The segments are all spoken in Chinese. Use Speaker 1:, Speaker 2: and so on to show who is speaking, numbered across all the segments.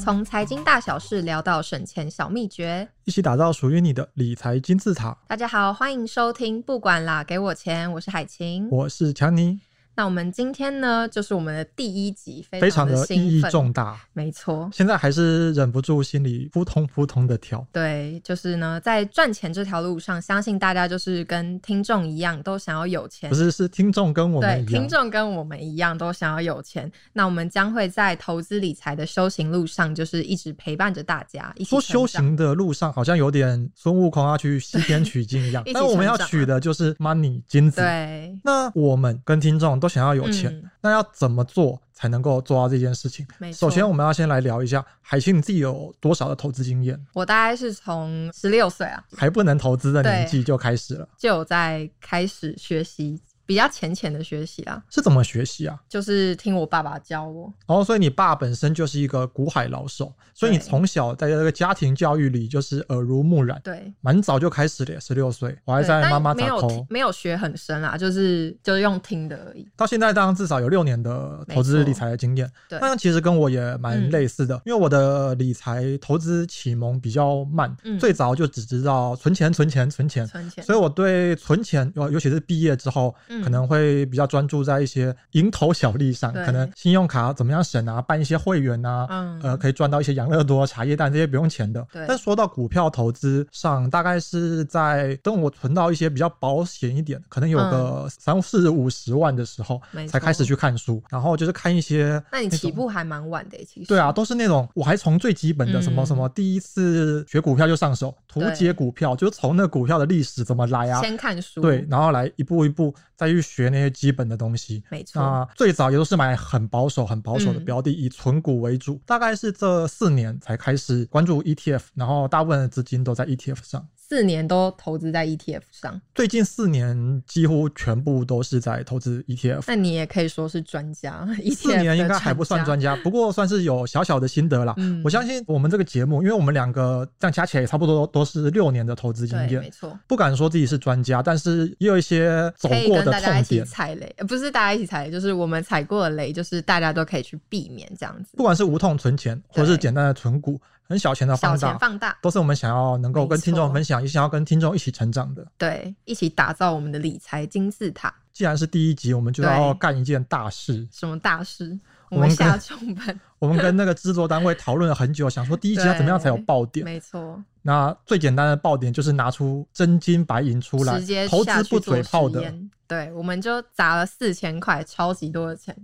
Speaker 1: 从财经大小事聊到省钱小秘诀。
Speaker 2: 一起打造属于你的理财金字塔。
Speaker 1: 大家好，欢迎收听，不管啦，给我钱，我是海晴。
Speaker 2: 我是强尼，
Speaker 1: 那我们今天呢，就是我们的第一集，
Speaker 2: 非
Speaker 1: 常
Speaker 2: 常
Speaker 1: 的
Speaker 2: 的意义
Speaker 1: 兴奋，
Speaker 2: 重大，
Speaker 1: 没错。
Speaker 2: 现在还是忍不住心里扑通扑通的跳。
Speaker 1: 对，就是呢，在赚钱这条路上，相信大家就是跟听众一样，都想要有钱
Speaker 2: 不。是，是听众跟我
Speaker 1: 对
Speaker 2: 们，一样
Speaker 1: 听，众跟我们一样都想要有钱，那我们将会在投资理财的修行路上，就是一直陪伴着大家一起
Speaker 2: 说
Speaker 1: 成长
Speaker 2: 修行的路上好像有点孙悟空要啊去西天取经一样
Speaker 1: 一起，
Speaker 2: 但我们要
Speaker 1: 成长
Speaker 2: 取的就是 money 金子。
Speaker 1: 对，
Speaker 2: 那我们跟听众都想要有钱，
Speaker 1: 嗯
Speaker 2: 那要怎么做才能够做到这件事情？
Speaker 1: 没错
Speaker 2: 首先，我们要先来聊一下海清你自己有多少的投资经验，
Speaker 1: 我大概是从十六岁啊
Speaker 2: 还不能投资的年
Speaker 1: 对
Speaker 2: 纪就开始了，
Speaker 1: 就有在开始学习，比较浅浅的学习啊，
Speaker 2: 是怎么学习啊？
Speaker 1: 就是听我爸爸教我。
Speaker 2: 然后，所以你爸本身就是一个股海老手，所以你
Speaker 1: 对
Speaker 2: 从小在这个家庭教育里就是耳濡目染，
Speaker 1: 对，
Speaker 2: 蛮早就开始了，十六岁，我还
Speaker 1: 对
Speaker 2: 在
Speaker 1: 但
Speaker 2: 妈妈
Speaker 1: 没
Speaker 2: 打
Speaker 1: 有听
Speaker 2: 扣，
Speaker 1: 没有学很深啊，就是就是用听的而已。
Speaker 2: 到现在当然至少有六年的投
Speaker 1: 没
Speaker 2: 资
Speaker 1: 错
Speaker 2: 理财的经验。
Speaker 1: 对
Speaker 2: 那其实跟我也蛮
Speaker 1: 嗯
Speaker 2: 类似的，因为我的理财投资启蒙比较慢，
Speaker 1: 嗯
Speaker 2: 最早就只知道存钱、存钱、存钱。
Speaker 1: 存钱，
Speaker 2: 所以我对存钱，尤尤其是毕业之后，
Speaker 1: 嗯
Speaker 2: 可能会比较专注在一些蝇头小利上，
Speaker 1: 对
Speaker 2: 可能信用卡怎么样省啊，办一些会员啊，
Speaker 1: 嗯
Speaker 2: 呃，可以赚到一些养乐多、茶叶蛋这些不用钱的
Speaker 1: 对。
Speaker 2: 但说到股票投资上，大概是在等我存到一些比较保险一点，可能有个三四五十万的时候
Speaker 1: 嗯没，错
Speaker 2: 才开始去看书，然后就是看一些。
Speaker 1: 那你起
Speaker 2: 种
Speaker 1: 步还蛮晚的欸，其实。
Speaker 2: 对啊，，都是那种我还从最基本的什么
Speaker 1: 嗯
Speaker 2: 什么第一次学股票就上手，图
Speaker 1: 对
Speaker 2: 解股票，就是从那股票的历史怎么来啊，
Speaker 1: 先看书。
Speaker 2: 对，，然后来一步一步再去学那些基本的东西。
Speaker 1: 没错。
Speaker 2: 那啊最早也都是买很保守、很保守的
Speaker 1: 嗯
Speaker 2: 标的，以存股为主。大概是这四年才开始关注 ETF，然后大部分的资金都在 ETF 上。
Speaker 1: 四年都投资在 ETF 上，
Speaker 2: 最近四年几乎全部都是在投资 ETF。
Speaker 1: 那你也可以说是专 家。
Speaker 2: 四
Speaker 1: ETF
Speaker 2: 年应
Speaker 1: ，E 的
Speaker 2: 该还不算
Speaker 1: 专
Speaker 2: 专家，不过算是有小小的心得啦。
Speaker 1: 嗯
Speaker 2: 我相信我们这个节目，因为我们两个这样加起来也差不多都是六年的投资经
Speaker 1: 家。对，
Speaker 2: 验
Speaker 1: 没，错。
Speaker 2: 不敢说自己是专家，但是也有一些走
Speaker 1: 可以
Speaker 2: 过
Speaker 1: 跟
Speaker 2: 的
Speaker 1: 大家一
Speaker 2: 痛
Speaker 1: 起
Speaker 2: 点。
Speaker 1: 踩雷，呃不是大家一起踩雷，就是我们踩过的雷，就是大家都可以去避免这样子
Speaker 2: 不。管是无痛存钱，或是简单的存股，很小钱的
Speaker 1: 小
Speaker 2: 啊放大
Speaker 1: 钱，放大，
Speaker 2: 都是我们想要能够跟听
Speaker 1: 没
Speaker 2: 众
Speaker 1: 错
Speaker 2: 分享，也想要跟听众一起成长的。
Speaker 1: 对，一起打造我们的理财金字塔。
Speaker 2: 既然是第一集，我们就
Speaker 1: 对
Speaker 2: 要干一件大事。
Speaker 1: 什么大师？
Speaker 2: 我
Speaker 1: 我们
Speaker 2: 们跟
Speaker 1: 下重 本，
Speaker 2: 我们跟那个制作单位讨论了很久，想说第一集要怎么样才有爆点。
Speaker 1: 没错，
Speaker 2: 那最简单的爆点就是拿出真金白银出来
Speaker 1: 直接，
Speaker 2: 投
Speaker 1: 下
Speaker 2: 资
Speaker 1: 去
Speaker 2: 不
Speaker 1: 做
Speaker 2: 嘴
Speaker 1: 实
Speaker 2: 炮的，
Speaker 1: 验。对，我们就砸了四千块，超级多的钱。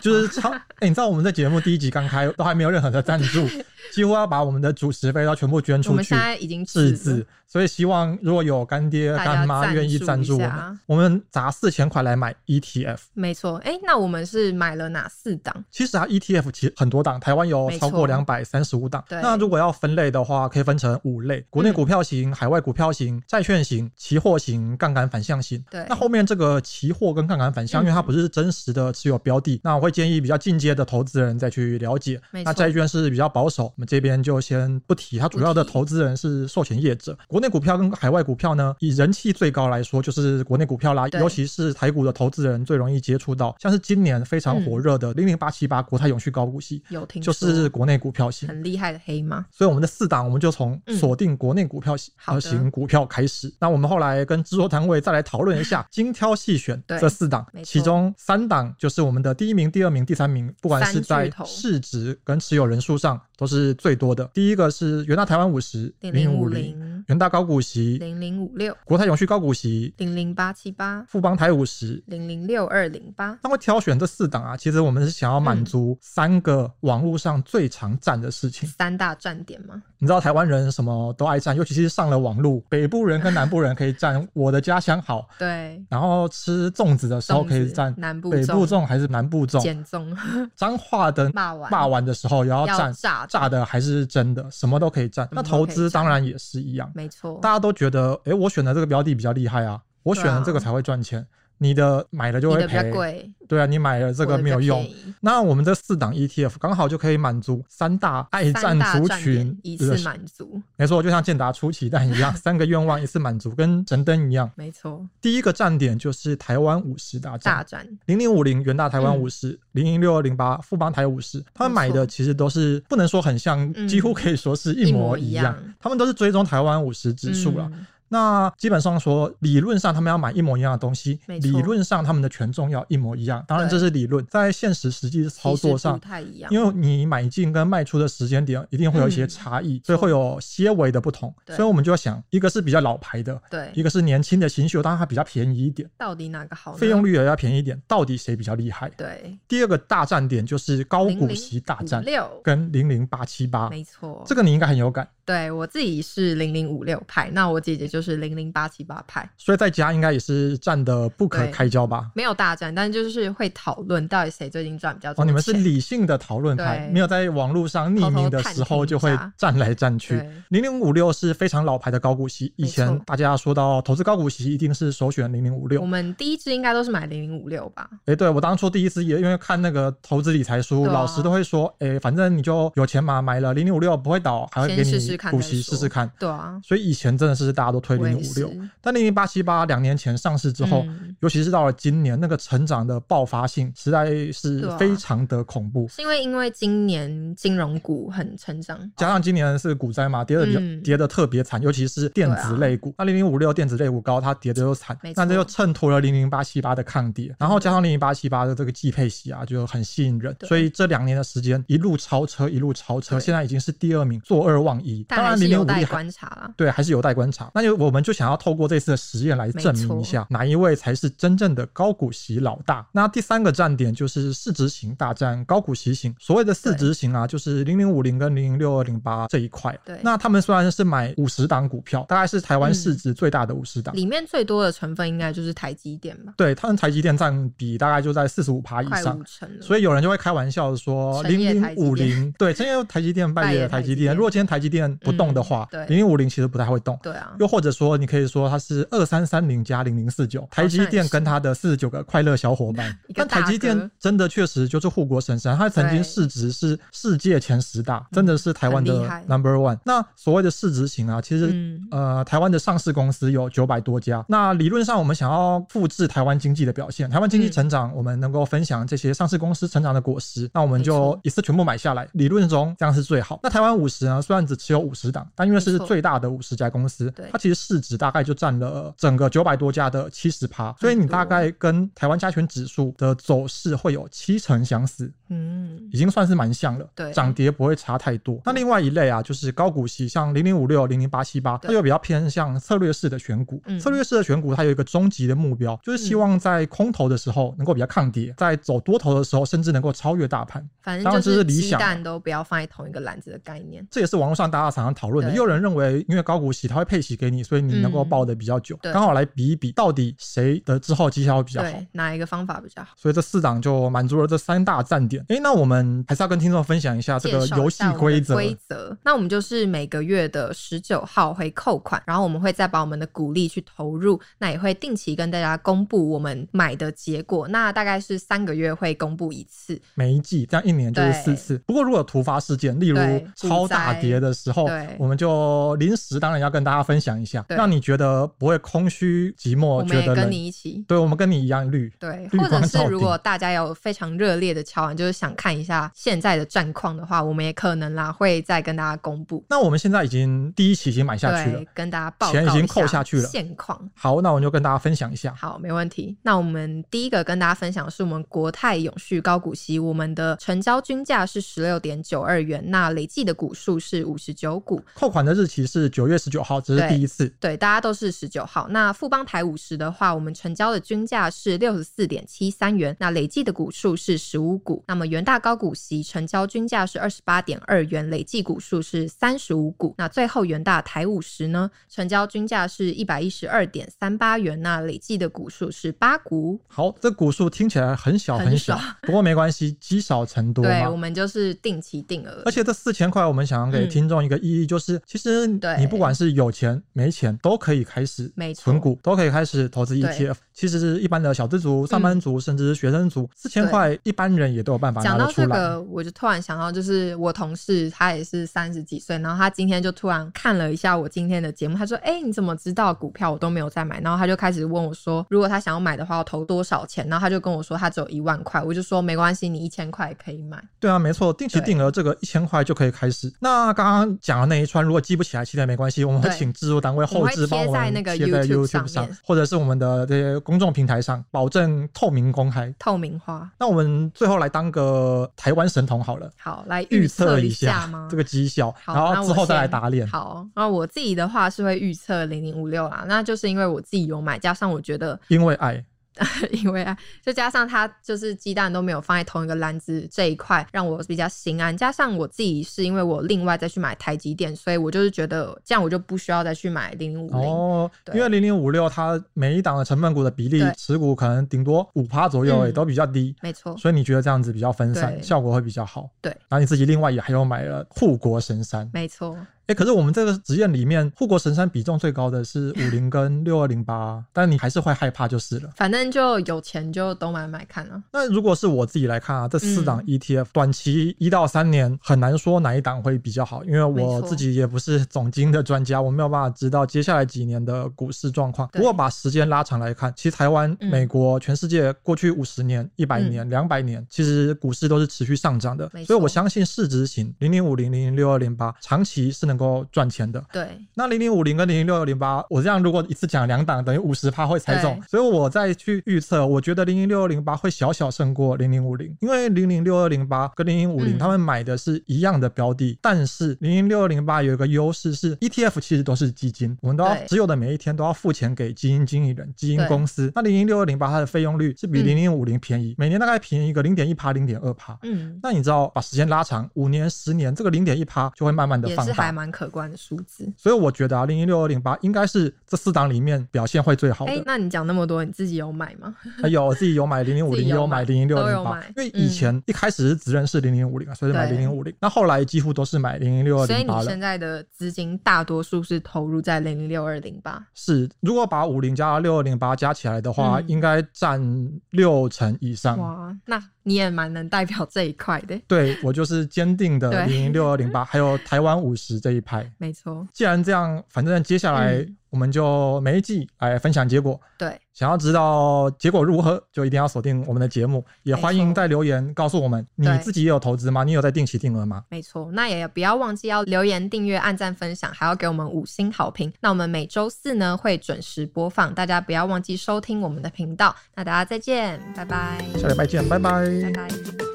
Speaker 2: 就是 超。哎、你知道我们这节目第一集刚开都还没有任何的赞助，几乎要把我们的主食费都全部捐
Speaker 1: 我
Speaker 2: 出
Speaker 1: 们
Speaker 2: 去
Speaker 1: 现。在已经
Speaker 2: 赤
Speaker 1: 止了
Speaker 2: 字，所以希望如果有干爹
Speaker 1: 大家
Speaker 2: 干妈愿意赞助
Speaker 1: 赞助一
Speaker 2: 我们
Speaker 1: 下，
Speaker 2: 我们砸四千块来买 E ETF。
Speaker 1: 没错。哎、那我们是买了哪四档？
Speaker 2: 其实啊，ETF 其实很多档，台湾
Speaker 1: 嗯
Speaker 2: 有
Speaker 1: 没错
Speaker 2: 超过两百三十五档。
Speaker 1: 对
Speaker 2: 那如果要分类的话，可以分成五类：国内
Speaker 1: 嗯
Speaker 2: 股票型、海外股票型、债券型、期货型、杠杆反向型。
Speaker 1: 对
Speaker 2: 那后面这个期货跟杠杆反向，因为它不是真实的持有标的，那我会建议比较进阶的投资人再去了解。
Speaker 1: 嗯没
Speaker 2: 那
Speaker 1: 错
Speaker 2: 债券是比较保守，我们这边就先不提。它主要的
Speaker 1: 不提
Speaker 2: 投资人是寿险业
Speaker 1: 嗯
Speaker 2: 者。国内股票跟海外股票呢，以人气最高来说，就是国内股票啦，
Speaker 1: 对
Speaker 2: 尤其是台股的投资人最容易接触到，像是今年非常火热的零零八七八国泰永续高股息，
Speaker 1: 有嗯听
Speaker 2: 就
Speaker 1: 说
Speaker 2: 是国内股票型。
Speaker 1: 很厉害的黑吗？
Speaker 2: 所以我们的四档，我们就从锁定国内股票型、
Speaker 1: 嗯好的
Speaker 2: 呃型股票开始。那我们后来跟制作单位再来讨论 一下，精挑细选
Speaker 1: 对
Speaker 2: 这四档
Speaker 1: 没，错
Speaker 2: 其中三档就是我们的第一名、第二名、第三名，不管
Speaker 1: 三
Speaker 2: 是
Speaker 1: 巨
Speaker 2: 在
Speaker 1: 头
Speaker 2: 市值跟持有人数上都是最多的。第一个是元大台湾五十
Speaker 1: 零零五
Speaker 2: 五
Speaker 1: 零、
Speaker 2: 元大高股息、
Speaker 1: 零零五六、
Speaker 2: 国泰永续高股息、
Speaker 1: 零零八七八、
Speaker 2: 富邦台五十。
Speaker 1: 零零六二零八。
Speaker 2: 那会挑选这四档啊，其实我们是想要
Speaker 1: 嗯
Speaker 2: 满足三个网络上最常占的事情。
Speaker 1: 三大站点嘛，
Speaker 2: 你知道台湾人什么都爱占，尤其是上了网路，北部人跟南部人可以占我的家乡好，
Speaker 1: 对，
Speaker 2: 然后吃粽子的时候
Speaker 1: 粽
Speaker 2: 可以
Speaker 1: 子
Speaker 2: 占
Speaker 1: 南部
Speaker 2: 北部
Speaker 1: 粽、
Speaker 2: 粽还是南部粽，
Speaker 1: 减重、
Speaker 2: 彰化的
Speaker 1: 骂完、
Speaker 2: 霸完的时候也要
Speaker 1: 要
Speaker 2: 占，
Speaker 1: 炸
Speaker 2: 炸的还是真的，什么都可以占。
Speaker 1: 么
Speaker 2: 那
Speaker 1: 都
Speaker 2: 投
Speaker 1: 可以
Speaker 2: 资
Speaker 1: 占
Speaker 2: 当然也是一样，
Speaker 1: 没错
Speaker 2: 大，家都觉得，诶，我选的这个标的比较厉害啊，我选
Speaker 1: 对
Speaker 2: 的
Speaker 1: 啊
Speaker 2: 这个才会赚钱。你的买了就
Speaker 1: 你
Speaker 2: 会
Speaker 1: 的比较
Speaker 2: 赔，
Speaker 1: 贵，
Speaker 2: 对啊，你买了这
Speaker 1: 我
Speaker 2: 个
Speaker 1: 的
Speaker 2: 没有
Speaker 1: 比较
Speaker 2: 用
Speaker 1: 便。宜
Speaker 2: 那我们这四档 ETF 刚好就可以满足三大爱
Speaker 1: 三
Speaker 2: 战
Speaker 1: 大
Speaker 2: 族
Speaker 1: 站
Speaker 2: 群
Speaker 1: 点一
Speaker 2: 的
Speaker 1: 次满足，
Speaker 2: 没错，就像健达出奇蛋 一样，三个愿望一次满足，跟神灯一样。
Speaker 1: 没错，
Speaker 2: 第一个站点就是台湾五十大
Speaker 1: 大
Speaker 2: 战，
Speaker 1: 战
Speaker 2: 零零五零元大台湾
Speaker 1: 嗯
Speaker 2: 五十、零零六二零八富邦台五十，他们
Speaker 1: 没
Speaker 2: 买
Speaker 1: 错
Speaker 2: 的其实都是不能说很像，
Speaker 1: 嗯
Speaker 2: 几乎可以说是一
Speaker 1: 一
Speaker 2: 模
Speaker 1: 模
Speaker 2: 一
Speaker 1: 一
Speaker 2: 样。
Speaker 1: 样
Speaker 2: 他们都是追踪台湾五十指数啦。，
Speaker 1: 嗯
Speaker 2: 那基本上说，理论上他们要买一模一样的东西，
Speaker 1: 没错
Speaker 2: 理论上他们的权重要一模一样。当然这是理论，在现实实际操
Speaker 1: 其实
Speaker 2: 作
Speaker 1: 不，
Speaker 2: 上
Speaker 1: 太一样，
Speaker 2: 因为你买进跟卖出的时间点一定会有一些
Speaker 1: 嗯
Speaker 2: 差异，所以会有些微的不同。
Speaker 1: 对
Speaker 2: 所以我们就要想，一个是比较老牌的，一
Speaker 1: 对，
Speaker 2: 个是年轻的新秀，当然它比较便宜一点，
Speaker 1: 到底哪个好呢？
Speaker 2: 费用率也要便宜一点，到底谁比较厉害？
Speaker 1: 对，
Speaker 2: 第二个大战点就是高股息大战
Speaker 1: 六，
Speaker 2: 跟零零八七八，
Speaker 1: 没错，
Speaker 2: 这个你应该很有感，
Speaker 1: 对我自己是零零五六派，那我姐姐就是零零八七八派，
Speaker 2: 所以在家应该也是占的不可
Speaker 1: 对
Speaker 2: 开交吧。
Speaker 1: 没有大战，但就是会讨论到底谁最近赚比较多
Speaker 2: 哦，
Speaker 1: 钱。
Speaker 2: 你们是理性的讨论派，
Speaker 1: 对
Speaker 2: 没有在网络上匿名的时
Speaker 1: 偷偷
Speaker 2: 候
Speaker 1: 探听一下
Speaker 2: 就会站来站去
Speaker 1: 对。
Speaker 2: 零零五六是非常老牌的高股息，以
Speaker 1: 没错
Speaker 2: 前大家说到投资高股息，一定是首选零零五
Speaker 1: 我
Speaker 2: 六。
Speaker 1: 们第一支应该都是买零零五六吧？
Speaker 2: 哎，对我当初第一次也因为看那个投资理财书，
Speaker 1: 对啊
Speaker 2: 老师都会说，哎，反正你就有钱嘛，买了零零五六不会倒，还会给
Speaker 1: 先试试
Speaker 2: 你
Speaker 1: 看
Speaker 2: 股息
Speaker 1: 再说
Speaker 2: 试试看。
Speaker 1: 对啊，
Speaker 2: 所以以前真的是大家都推
Speaker 1: 我
Speaker 2: 零
Speaker 1: 也
Speaker 2: 零五六，
Speaker 1: 是
Speaker 2: 但零零八七八两年前上市之后，
Speaker 1: 嗯
Speaker 2: 尤其是到了今年，那个成长的爆发性实在是
Speaker 1: 对啊
Speaker 2: 非常的恐怖。
Speaker 1: 是因为因为今年金融股很成长，
Speaker 2: 加上今年是股灾嘛，跌的比较、
Speaker 1: 嗯啊
Speaker 2: 跌的特别惨，尤其是电子类股。那零零五六电子类股高，它跌的又惨
Speaker 1: 没，错嗯
Speaker 2: 那这就衬托了零零八七八的抗跌，然后加上零零八七八的这个季配息啊，就很吸引人。
Speaker 1: 对
Speaker 2: 所以这两年的时间一路超车，一路超车，
Speaker 1: 对
Speaker 2: 现在已经是第二名，坐二望一。当
Speaker 1: 但还
Speaker 2: 然
Speaker 1: 是
Speaker 2: 零零
Speaker 1: 有
Speaker 2: 五
Speaker 1: 待
Speaker 2: 六还
Speaker 1: 观察啦。
Speaker 2: 对，还是有待观察。那就我们就想要透过这次的实验来证明一下，哪一位才是真正的高股息老大。那第三个站点就是市值型大战高股息型。所谓的市值型啊，就是零零五零跟零零六二零八这一块。
Speaker 1: 对嗯
Speaker 2: 那他们虽然是买五十档股票，大概是台湾市值最大的五十档。
Speaker 1: 里面最多的成分应该就是台积电吧，
Speaker 2: 对，他们台积电占比大概就在四十五趴以
Speaker 1: 快
Speaker 2: 上
Speaker 1: 五，成了。
Speaker 2: 所
Speaker 1: 以
Speaker 2: 以有人就会开玩笑说，
Speaker 1: 成
Speaker 2: 零
Speaker 1: 也
Speaker 2: 零
Speaker 1: 台积
Speaker 2: 五零
Speaker 1: 电
Speaker 2: 对，成也台积电，败
Speaker 1: 败
Speaker 2: 也
Speaker 1: 也
Speaker 2: 台
Speaker 1: 台
Speaker 2: 积
Speaker 1: 积
Speaker 2: 电。
Speaker 1: 电
Speaker 2: 如果今天台积电不动的
Speaker 1: 嗯
Speaker 2: 话，
Speaker 1: 对
Speaker 2: 零零五零其实不太会动。
Speaker 1: 对啊，
Speaker 2: 又或者说，你可以说它是二三三零加零零四九，台积电跟它的四十九个快乐小伙伴
Speaker 1: 一。个
Speaker 2: 但
Speaker 1: 大哥
Speaker 2: 台积电真的确实就是护国神山，它曾经
Speaker 1: 对嗯
Speaker 2: 市值是世界前十大，真的是台湾的
Speaker 1: 很厉害
Speaker 2: number one。那所谓的市值型啊，其实、
Speaker 1: 嗯
Speaker 2: 呃，台湾的上市公司有九百多家。那理论上，我们想要复制台湾经济的表现，台湾经济
Speaker 1: 嗯
Speaker 2: 成长，我们能够分享这些上市公司成长的果实，那我们
Speaker 1: 没
Speaker 2: 就
Speaker 1: 错
Speaker 2: 一次全部买下来。理论中这样是最好。那台湾五十呢，虽然只持有五十档，但因为是
Speaker 1: 没错
Speaker 2: 最大的五十家公司
Speaker 1: 对，
Speaker 2: 它其实市值大概就占了整个九百多家的七十趴，所以你
Speaker 1: 很多
Speaker 2: 大概跟台湾加权指数的走势会有七成相似。
Speaker 1: 嗯，
Speaker 2: 已经算是蛮像了，
Speaker 1: 对
Speaker 2: 涨跌不会差太多。那另外一类啊，就是高股息，像零零五六、零零八七八，它
Speaker 1: 对
Speaker 2: 就比较偏向策略式的选股。
Speaker 1: 嗯
Speaker 2: 策略式的选股，它有一个终极的目标，就是希望在空头的时候能够比较抗跌，在走多头的时候甚至能够超越大盘。
Speaker 1: 反正
Speaker 2: 当然
Speaker 1: 就
Speaker 2: 这是理
Speaker 1: 鸡
Speaker 2: 想啊
Speaker 1: 蛋都不要放在同一个篮子的概念。
Speaker 2: 这也是网络上大家常常讨论的。
Speaker 1: 对
Speaker 2: 也有人认为，因为高股息它会配息给你，所以你能够
Speaker 1: 嗯
Speaker 2: 抱得比较久。
Speaker 1: 对
Speaker 2: 刚好来比一比，到底谁的之后绩效会比较好。
Speaker 1: 对，哪一个方法比较好？
Speaker 2: 所以这四档就满足了这三大站点。诶，那我们还是要跟听众分享一下这个
Speaker 1: 介绍
Speaker 2: 游
Speaker 1: 一
Speaker 2: 戏
Speaker 1: 下我们的
Speaker 2: 规则。
Speaker 1: 规则，那我们就是每个月的十九号会扣款，然后我们会再把我们的股利去投入，那也会定期跟大家公布我们买的结果。那大概是三个月会公布一次，
Speaker 2: 每一季，这样一年就是四
Speaker 1: 对
Speaker 2: 次。不过如果有突发事件，例如
Speaker 1: 对
Speaker 2: 超大
Speaker 1: 股灾
Speaker 2: 跌的时候
Speaker 1: 对，
Speaker 2: 我们就临时当然要跟大家分享一下，
Speaker 1: 对
Speaker 2: 让你觉得不会空虚寂寞，
Speaker 1: 我们
Speaker 2: 哦觉
Speaker 1: 也
Speaker 2: 得
Speaker 1: 跟
Speaker 2: 冷。
Speaker 1: 你一起。
Speaker 2: 对，我们跟你一样绿。
Speaker 1: 对，
Speaker 2: 绿
Speaker 1: 或者
Speaker 2: 光照
Speaker 1: 是如
Speaker 2: 顶
Speaker 1: 果大家有非常热烈的敲完，就是想看一下现在的战况的话，我们也可能啦会再跟大家公布，
Speaker 2: 那我们现在已经第一期已经买下去了
Speaker 1: 对，，跟大家报告
Speaker 2: 钱已经扣
Speaker 1: 一
Speaker 2: 下去了
Speaker 1: 现况。
Speaker 2: 好，那我们就跟大家分享一下。
Speaker 1: 好，没问题。那我们第一个跟大家分享的是我们国泰永续高股息，我们的成交均价是十六点九二元，那累计的股数是五十九股。
Speaker 2: 扣款的日期是九月十九号，这是
Speaker 1: 对
Speaker 2: 第一次。
Speaker 1: 对，大家都是十九号。那富邦台五十的话，我们成交的均价是六十四点七三元，那累计的股数是十五股。那么么元大高股息成交均价是二十八点二元，累计股数是三十五股。那最后元大台五十呢，成交均价是一百一十二点三八元，那累计的股数是八股。
Speaker 2: 好，这股数听起来很小
Speaker 1: 很
Speaker 2: 小，
Speaker 1: 少
Speaker 2: 不过没关系，积少成多
Speaker 1: 对，我
Speaker 2: 嘛。
Speaker 1: 们就是定期定额，
Speaker 2: 而且这四千块，我们想要给
Speaker 1: 嗯
Speaker 2: 听众一个意义，就是、其实
Speaker 1: 对
Speaker 2: 你不管是有钱没钱，都可以开始
Speaker 1: 没错
Speaker 2: 存股，都可以开始投资
Speaker 1: 对嗯
Speaker 2: ETF。其实是一般的小资族、上班族，甚至是学生族，四千
Speaker 1: 对
Speaker 2: 块一般人也都有办法拿
Speaker 1: 讲到
Speaker 2: 得出
Speaker 1: 这
Speaker 2: 来。
Speaker 1: 个，我就突然想到，就是我同事他也是三十几岁，然后他今天就突然看了一下我今天的节目，他说：“哎、你怎么知道股票我都没有在买？”然后他就开始问我说：“如果他想要买的话，要投多少钱？”然后他就跟我说他只有一万块，我就说没关系，你一千块也可以买。
Speaker 2: 对啊，没错，定期
Speaker 1: 对
Speaker 2: 定额这个一千块就可以开始。那刚刚讲的那一串，如果记不起来，其实也没关系，我们会
Speaker 1: 对
Speaker 2: 请制作单位后置
Speaker 1: 我们会贴
Speaker 2: 帮我
Speaker 1: 在
Speaker 2: 们
Speaker 1: 那个
Speaker 2: 贴在
Speaker 1: YouTube
Speaker 2: 上，
Speaker 1: 上面
Speaker 2: 或者是我们的这些公众平台上，保证透明公开。
Speaker 1: 透明化，
Speaker 2: 那我们最后来当个台湾神童好了，
Speaker 1: 好来
Speaker 2: 预测
Speaker 1: 测
Speaker 2: 一
Speaker 1: 下吗？
Speaker 2: 这个绩效，
Speaker 1: 好
Speaker 2: 然
Speaker 1: 那
Speaker 2: 后
Speaker 1: 我
Speaker 2: 之后再来
Speaker 1: 先
Speaker 2: 打脸。
Speaker 1: 好，那我自己的话是会预测零零五六啦，那就是因为我自己有买，加上我觉得
Speaker 2: 因为爱，
Speaker 1: 因为啊，就加上它就是鸡蛋都没有放在同一个篮子这一块，让我比较心安。加上我自己是因为我另外再去买台积电，所以我就是觉得这样我就不需要再去买零零五零。
Speaker 2: 哦，
Speaker 1: 对
Speaker 2: 因为零零五六它每一档的成分股的比例
Speaker 1: 对
Speaker 2: 持股可能顶多五趴左右，
Speaker 1: 嗯
Speaker 2: 也都比较低。
Speaker 1: 没错，
Speaker 2: 所以你觉得这样子比较分散，
Speaker 1: 对
Speaker 2: 效果会比较好。
Speaker 1: 对
Speaker 2: 然后你自己另外也还有买了护国神山，
Speaker 1: 没错，
Speaker 2: 哎，可是我们这个实验里面，护国神山比重最高的是五零跟六二零八，但你还是会害怕就是了。
Speaker 1: 反正就有钱就都买买看啊。
Speaker 2: 那如果是我自己来看啊，这四档
Speaker 1: 嗯
Speaker 2: ETF、短期一到三年很难说哪一档会比较好，因为
Speaker 1: 没
Speaker 2: 我
Speaker 1: 错
Speaker 2: 自己也不是总经的专家，我没有办法知道接下来几年的股市状况。
Speaker 1: 对
Speaker 2: 不过把时间拉长来看，其实台湾、
Speaker 1: 嗯
Speaker 2: 美国、全世界过去五十年、一百
Speaker 1: 嗯
Speaker 2: 年、两百年，其实股市都是持续上涨的
Speaker 1: 没，错
Speaker 2: 所以我相信市值型零零五零零零六二零八长期是能够赚钱的。
Speaker 1: 对，
Speaker 2: 那零零五零跟零零六零八，我这样如果一次讲两档，等于五十趴会猜中，所以我再去预测，我觉得零零六零八会小小胜过零零五零，因为零零六二零八跟零零五零
Speaker 1: 嗯
Speaker 2: 他们买的是一样的标的，但是零零六零八有一个优势是 ETF 其实都是基金，我们都要
Speaker 1: 对
Speaker 2: 持有的每一天都要付钱给基金经理人、基金
Speaker 1: 对
Speaker 2: 公司。那零零六二零八它的费用率是比
Speaker 1: 嗯
Speaker 2: 零零五零便宜，每年大概便宜一个零点一趴、零点二趴。
Speaker 1: 嗯，
Speaker 2: 那你知道把时间拉长五年、十年，这个零点一趴就会慢慢的
Speaker 1: 也
Speaker 2: 放
Speaker 1: 是
Speaker 2: 大
Speaker 1: 还。蛮可观的数字。
Speaker 2: 所以我觉得啊，零一六二零八应该是这四档里面表现会最好
Speaker 1: 哎、
Speaker 2: 的。
Speaker 1: 那你讲那么多，你自己有买吗？
Speaker 2: 还有我自己有买零零五
Speaker 1: 自
Speaker 2: 零，
Speaker 1: 己
Speaker 2: 也有
Speaker 1: 有
Speaker 2: 买
Speaker 1: 买
Speaker 2: 零零六
Speaker 1: 都
Speaker 2: 零
Speaker 1: 有
Speaker 2: 八
Speaker 1: 买，嗯
Speaker 2: 因为以前一开始是只认识零零五零啊，所以就买零
Speaker 1: 对
Speaker 2: 零五零。那后来几乎都是买零零六二
Speaker 1: 所以
Speaker 2: 零
Speaker 1: 你
Speaker 2: 八了
Speaker 1: 现。在的资金大多数是投入在零零六二零吧？
Speaker 2: 是，如果把五零加六二零八加起来的话，
Speaker 1: 嗯
Speaker 2: 应该占六成以上。
Speaker 1: 哇，那你也蛮能代表这一块的，
Speaker 2: 对我就是坚定的
Speaker 1: 对
Speaker 2: 零零六二零 八，还有台湾五十这一派。
Speaker 1: 没错，
Speaker 2: 既然这样，反正接下来
Speaker 1: 嗯
Speaker 2: 我们就每一季来分享结果。
Speaker 1: 对。
Speaker 2: 想要知道结果如何，就一定要锁定我们的节目，也欢迎
Speaker 1: 没错
Speaker 2: 在留言告诉我们，你
Speaker 1: 对
Speaker 2: 自己也有投资吗？你有在定期定额吗？
Speaker 1: 没错，那也不要忘记要留言、订阅、按赞、分享，还要给我们五星好评。那我们每周四呢会准时播放，大家不要忘记收听我们的频道。那大家再见，拜拜，
Speaker 2: 下礼拜见，拜拜
Speaker 1: 拜拜。